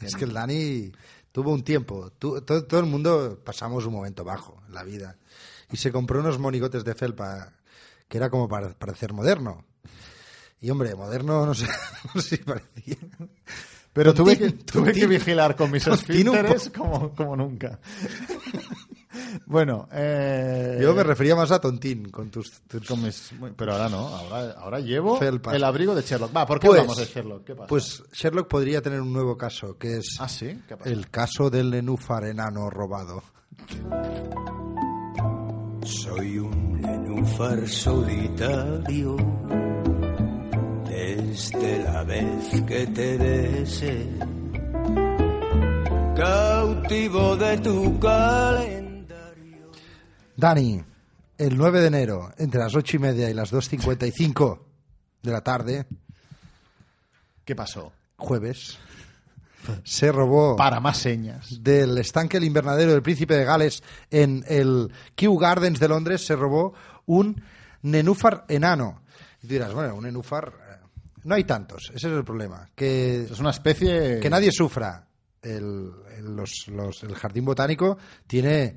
Es que el Dani tuvo un tiempo. Tú- todo, todo el mundo pasamos un momento bajo en la vida. Y se compró unos monigotes de felpa que era como para parecer moderno. Y hombre, moderno no sé, no sé si parecía. Pero tuve, que, Tontín, tuve que tontín. vigilar con mis Tontín un esfínteres como, como nunca. bueno, eh, Yo me refería más a Tontín con tus... tus- con mis- pero ahora no, ahora, ahora llevo Felpa. el abrigo de Sherlock. Va, ¿por qué Pues- hablamos de Sherlock? ¿Qué pasa? Pues Sherlock podría tener un nuevo caso, que es ah, sí, ¿qué pasa? el caso del nenúfar enano robado. Soy un nenúfar solitario. Desde la vez que te besé, cautivo de tu calendario. Dani, el 9 de enero, entre las 8 y media y las 2.55 de la tarde, ¿Qué pasó? jueves, se robó Para más señas. del estanque el invernadero del Príncipe de Gales en el Kew Gardens de Londres, se robó un nenúfar enano. Y tú dirás, bueno, un nenúfar... eh, No hay tantos, ese es el problema. Que Es una especie... que nadie sufra. El, el- los- los- el jardín botánico tiene,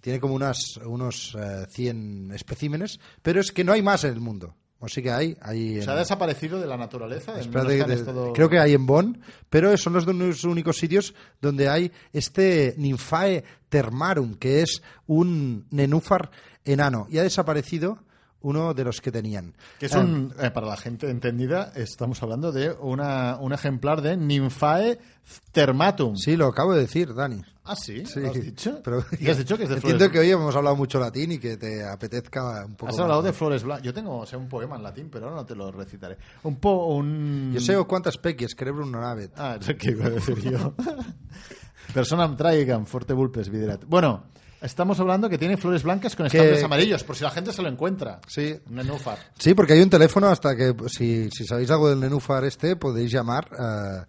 tiene como unas, unos eh, 100 especímenes, pero es que no hay más en el mundo. O sí que hay. hay Se en- ha desaparecido de la naturaleza. en espérate menos que que han te- estado- Creo que hay en Bonn, pero son los, dos únicos sitios donde hay este Nymphae termarum, que es un nenúfar enano. Y ha desaparecido uno de los que tenían. Que es Ah, un, eh, para la gente entendida, estamos hablando de una, un ejemplar de Nymphae thermatum. Sí, lo acabo de decir, Dani. Ah, sí, Sí, ¿Lo has dicho? pero- ¿Y has dicho que es de Entiendo flores? que hoy hemos hablado mucho latín y que te apetezca un poco. Has más, hablado ¿no? de flores blancas. Yo tengo, o sea, un poema en latín, pero ahora no te lo recitaré. Un po... Un... Yo sé cuántas pequies, cerebrum non habet. Ah, es lo que iba a decir yo. Personam traigan, forte vulpes viderat. Bueno, estamos hablando que tiene flores blancas con Que- estambres amarillos, por si la gente se lo encuentra. Sí. Un nenúfar. Sí, porque hay un teléfono hasta que, si, si sabéis algo del nenúfar este, podéis llamar. eh,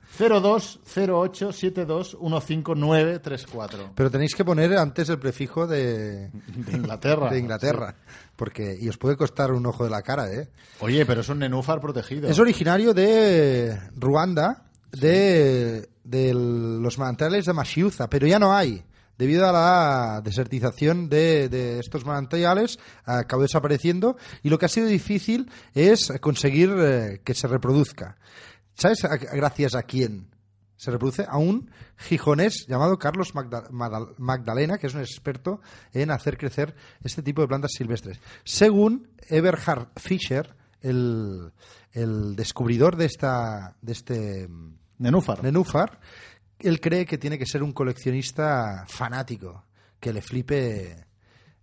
0208721594. pero tenéis que poner antes el prefijo de, De Inglaterra. de Inglaterra. Porque, y os puede costar un ojo de la cara, ¿eh? Oye, pero es un nenúfar protegido. Es originario de Ruanda, de, de los manantiales de Mashiuza, pero ya no hay. Debido a la desertización de, de estos manantiales, acabó desapareciendo y lo que ha sido difícil es conseguir eh, que se reproduzca. ¿Sabes a- gracias a quién se reproduce? A un gijonés llamado Carlos Magda- Madal- Magdalena, que es un experto en hacer crecer este tipo de plantas silvestres. Según Eberhard Fischer, el, el descubridor de, esta, de este mm, Nenúfar. nenúfar, él cree que tiene que ser un coleccionista fanático, que le flipe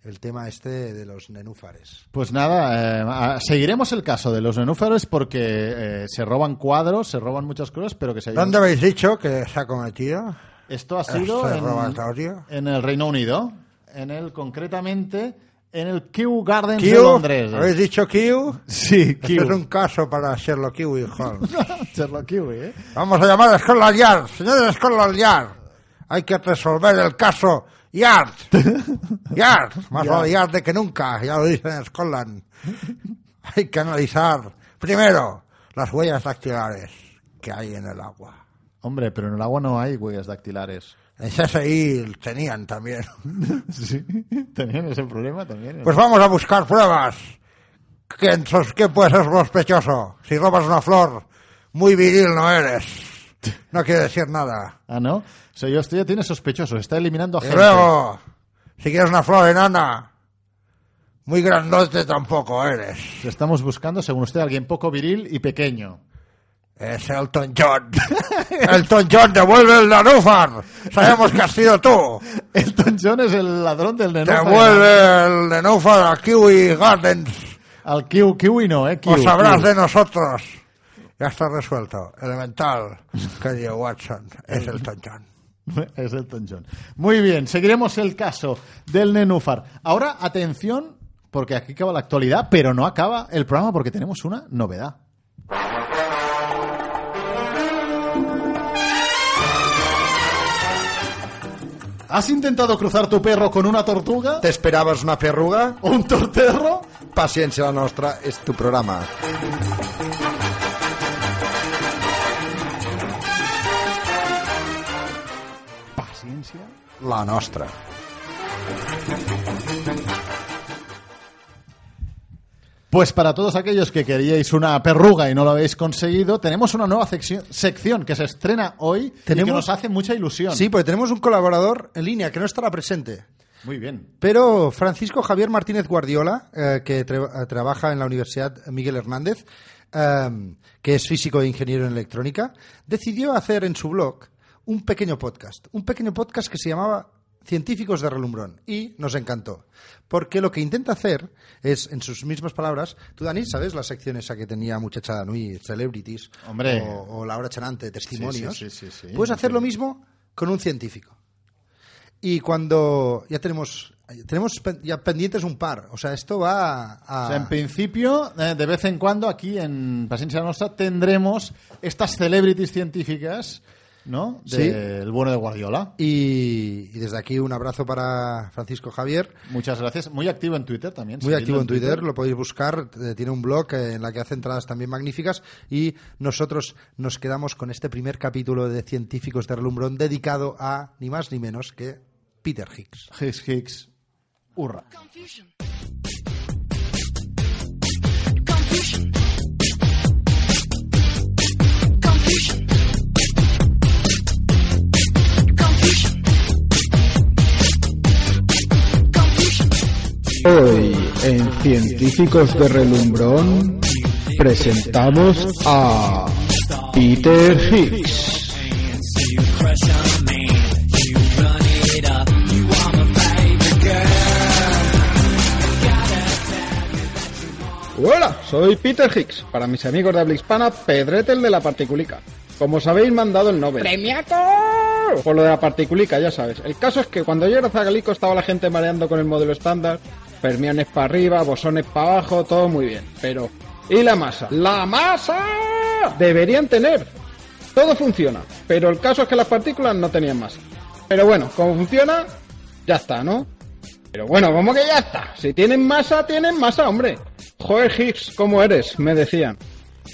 el tema este de los nenúfares. Pues nada, eh, a- seguiremos el caso de los nenúfares porque eh, se roban cuadros, se roban muchas cosas, pero que se ¿Dónde habéis dicho que se ha cometido? Esto Ah, ha sido Esto es en, robatorio. en el Reino Unido, en el concretamente en el Kew Gardens de ¿Q? ¿Habéis Londres. eh. dicho Q? Sí, Este es Kew. un caso para Sherlock Kiwi, Holmes. Sherlock Kiwi, ¿eh? Vamos a llamar a Scotland Yard. Señores Scotland Yard. Hay que resolver el caso Yard. Yard. Más vale Yard de que nunca. Ya lo dicen en Scotland. Hay que analizar primero las huellas dactilares que hay en el agua. Hombre, pero en el agua no hay huellas dactilares. En CSI tenían también. Sí, tenían ese problema también. Pues vamos a buscar pruebas. ¿Quién, sos- quién puede ser sospechoso? Si robas una flor, muy viril no eres. No quiere decir nada. Ah, ¿no? O sea, yo estoy, tiene sospechoso, está eliminando a Y gente. luego, si quieres una flor enana, muy grandote tampoco eres. Estamos buscando, según usted, a alguien poco viril y pequeño. Es Elton John. Elton John, devuelve el nanúfar. Sabemos que has sido tú. Elton John es el ladrón del nenúfar. Devuelve el nanúfar a Kiwi Gardens. Al Kiwi, Kiwi no, ¿eh? Kiwi, Os sabrás Kiwi. de nosotros. Y Ya está resuelto. Elemental, querido Watson, es el tonchón. Es el tonchón. Muy bien, seguiremos el caso del nenúfar. Ahora, atención, porque aquí acaba la actualidad, pero no acaba el programa porque tenemos una novedad. ¿Has intentado cruzar tu perro con una tortuga? ¿Te esperabas una perruga? ¿Un torterro? Paciencia la nostra, es tu programa. Paciencia. La nostra. Pues para todos aquellos que queríais una perruga y no lo habéis conseguido, tenemos una nueva seccio- sección que se estrena hoy y Tenemos- que nos hace mucha ilusión. Sí, porque tenemos un colaborador en línea que no estará presente. Muy bien. Pero Francisco Javier Martínez Guardiola, eh, que tra- eh, trabaja en la Universidad Miguel Hernández, eh, que es físico e ingeniero en electrónica, decidió hacer en su blog un pequeño podcast. Un pequeño podcast que se llamaba Científicos de Relumbrón. Y nos encantó. Porque lo que intenta hacer es, en sus mismas palabras, tú, Dani, ¿sabes la sección esa que tenía Muchachada Nui, Celebrities? Hombre. O, o Laura Chanante, Testimonios. Sí, sí, sí, sí, sí. Puedes hacer lo mismo con un científico. Y cuando ya tenemos tenemos pen- ya pendientes un par, o sea, esto va a, O sea, en principio, eh, de vez en cuando aquí en Paciencia Nostra tendremos estas celebrities científicas, ¿no? Sí. Del bueno de Guardiola. y, y desde aquí un abrazo para Francisco Javier, Muchas gracias. Muy activo en Twitter también. muy seguidlo activo en Twitter, lo podéis buscar, eh, tiene un blog eh, en la que hace entradas también magníficas y nosotros nos quedamos con este primer capítulo de Científicos de Relumbrón dedicado a ni más ni menos que Peter Higgs. Higgs, Higgs. Hurra. Confusion. Confusion. Confusion. Confusion. Confusion. Hoy en Científicos de Relumbrón presentamos a Peter Higgs. Hola, soy Peter Higgs, para mis amigos de habla hispana, Pedrete el de la particulica. Como sabéis, me han dado el Nobel. ¡Premiato! Por lo de la particulica, ya sabes. El caso es que cuando yo era zagalico estaba la gente mareando con el modelo estándar, fermiones para arriba, bosones para abajo, todo muy bien. Pero, ¿y la masa? ¡La masa! Deberían tener. Todo funciona, pero el caso es que las partículas no tenían masa. Pero bueno, como funciona, ya está, ¿no? Pero bueno, ¿cómo que ya está? Si tienen masa, tienen masa, hombre. Joder, Higgs, ¿cómo eres? Me decían.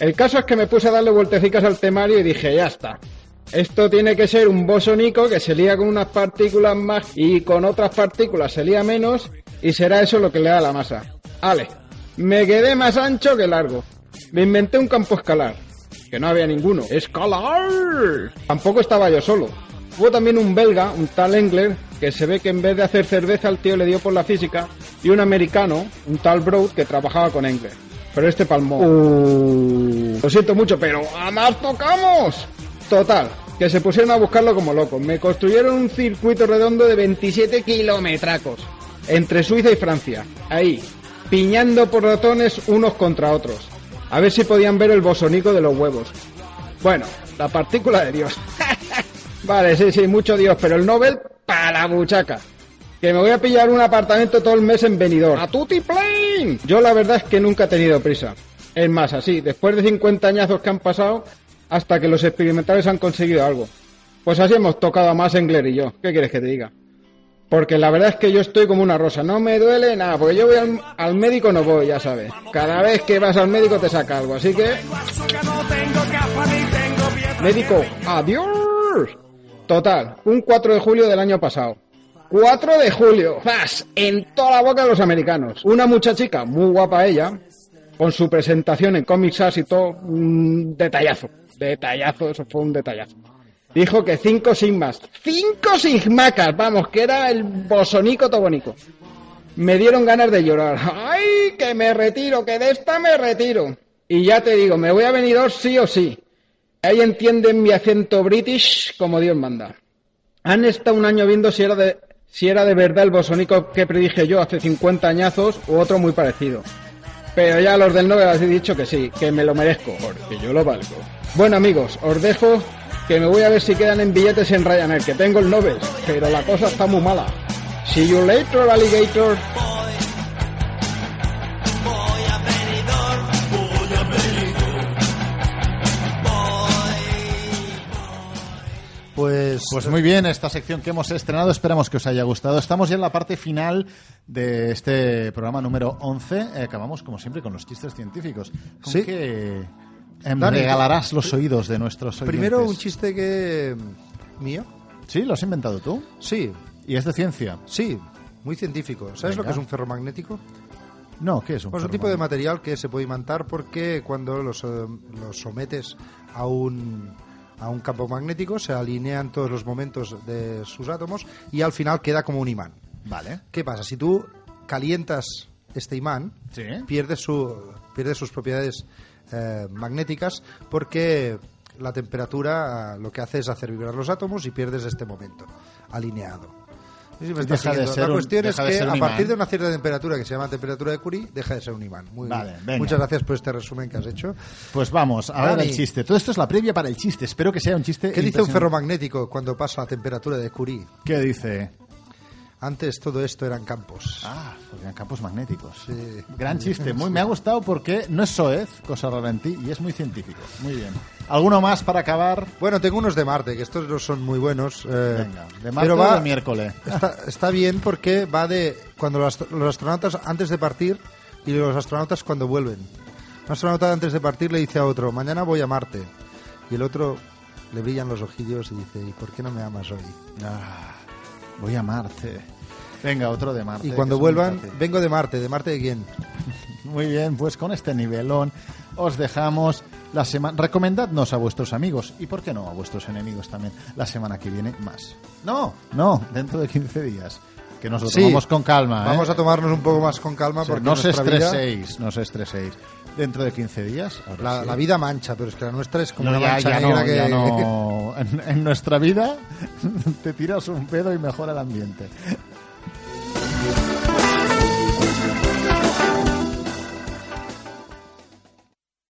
El caso es que me puse a darle vueltecicas al temario y dije, ya está. Esto tiene que ser un bosónico que se lía con unas partículas más y con otras partículas se lía menos y será eso lo que le da la masa. Ale, me quedé más ancho que largo. Me inventé un campo escalar, que no había ninguno. ¡Escalar! Tampoco estaba yo solo. Hubo también un belga, un tal Engler, que se ve que en vez de hacer cerveza al tío le dio por la física, y un americano, un tal Broad, que trabajaba con Engler. Pero este palmó. Lo siento mucho, pero ¡a más tocamos! Total, que se pusieron a buscarlo como locos. Me construyeron un circuito redondo de 27 kilometracos entre Suiza y Francia. Ahí, piñando por ratones unos contra otros. A ver si podían ver el bosonico de los huevos. Bueno, la partícula de Dios. Vale, sí, sí, mucho Dios, pero el Nobel para la buchaca. Que me voy a pillar un apartamento todo el mes en Benidorm. ¡A tutti plane! Yo la verdad es que nunca he tenido prisa. Es más, así, después de 50 añazos que han pasado, hasta que los experimentales han conseguido algo. Pues así hemos tocado a más Engler y yo. ¿Qué quieres que te diga? Porque la verdad es que yo estoy como una rosa, no me duele nada, porque yo voy al, al médico, no voy, ya sabes. Cada vez que vas al médico te saca algo, así que... Médico, adiós. Total, un 4 de julio del año pasado. 4 de julio, ¡zas! En toda la boca de los americanos. Una muchachica, muy guapa ella, con su presentación en Comic Sans y todo, un detallazo. Detallazo, eso fue un detallazo. Dijo que 5 sigmas. ¡Cinco sigmacas! Vamos, que era el bosonico tobonico. Me dieron ganas de llorar. ¡Ay, que me retiro, que de esta me retiro! Y ya te digo, me voy a venir sí o sí. Ahí entienden mi acento british como Dios manda. Han estado un año viendo si era de, si era de verdad el bosónico que predije yo hace 50 añazos u otro muy parecido. Pero ya los del 9 os he dicho que sí, que me lo merezco, porque yo lo valgo. Bueno amigos, os dejo que me voy a ver si quedan en billetes en Ryanair, que tengo el 9, pero la cosa está muy mala. See you later, alligator. Pues, pues muy bien, esta sección que hemos estrenado, esperamos que os haya gustado. Estamos ya en la parte final de este programa número 11. Eh, Acabamos, como siempre, con los chistes científicos. ¿Con Sí. qué, em, Dani, regalarás tú- los oídos de nuestros oyentes? Primero un chiste que... ¿Mío? ¿Sí? ¿Lo has inventado tú? Sí, ¿Y es de ciencia? sí, muy científico. ¿Sabes lo Venga. que es un ferromagnético? No, ¿qué es un Pues un fermento? tipo de material que se puede imantar porque cuando los, eh, los sometes a un, a un campo magnético se alinean todos los momentos de sus átomos y al final queda como un imán. Vale. ¿Qué pasa? Si tú calientas este imán, Sí. pierde, su, pierde sus propiedades eh, magnéticas porque la temperatura eh, lo que hace es hacer vibrar los átomos y pierdes este momento alineado. No sé si me estás Deja de siguiendo. ser la un- cuestión es deja de que ser un a partir imán. de una cierta temperatura que se llama temperatura de Curie deja de ser un imán. Muy Vale, bien. venga. Muchas gracias por este resumen que has hecho. Pues vamos, a ver Dani. el chiste. Todo esto es la previa para el chiste. Espero que sea un chiste. ¿Qué dice un impresionante. ferromagnético cuando pasa la temperatura de Curie? ¿Qué dice? Antes todo esto eran campos. Ah, porque eran campos magnéticos. Sí. Gran chiste, muy, me ha gustado porque no es soez, cosa rara en ti, y es muy científico. Muy bien. ¿Alguno más para acabar? Bueno, tengo unos de Marte, que estos no son muy buenos. eh, Venga, de martes pero o va, de miércoles. Está, está bien porque va de cuando los, ast- los astronautas antes de partir y los astronautas cuando vuelven. Un astronauta antes de partir le dice a otro, mañana voy a Marte. Y el otro le brillan los ojillos y dice, ¿y por qué no me amas hoy? Ah, voy a Marte. Venga, otro de Marte. Y que cuando es muy vuelvan, fácil. vengo de Marte, ¿de Marte de quién? Muy bien, pues con este nivelón os dejamos la semana. Recomendadnos a vuestros amigos y, ¿por qué no, a vuestros enemigos también? La semana que viene más. No, no, dentro de 15 días. Que nos lo Sí. tomamos con calma. ¿eh? Vamos a tomarnos un poco más con calma O sea, porque no os nuestra vida- estreséis, no os estreséis. Dentro de 15 días. ahora la, sí. la vida mancha, pero es que la nuestra es como Pues No, una ya, mancha ya negra no, que... ya no. En, en nuestra vida te tiras un pedo y mejora el ambiente.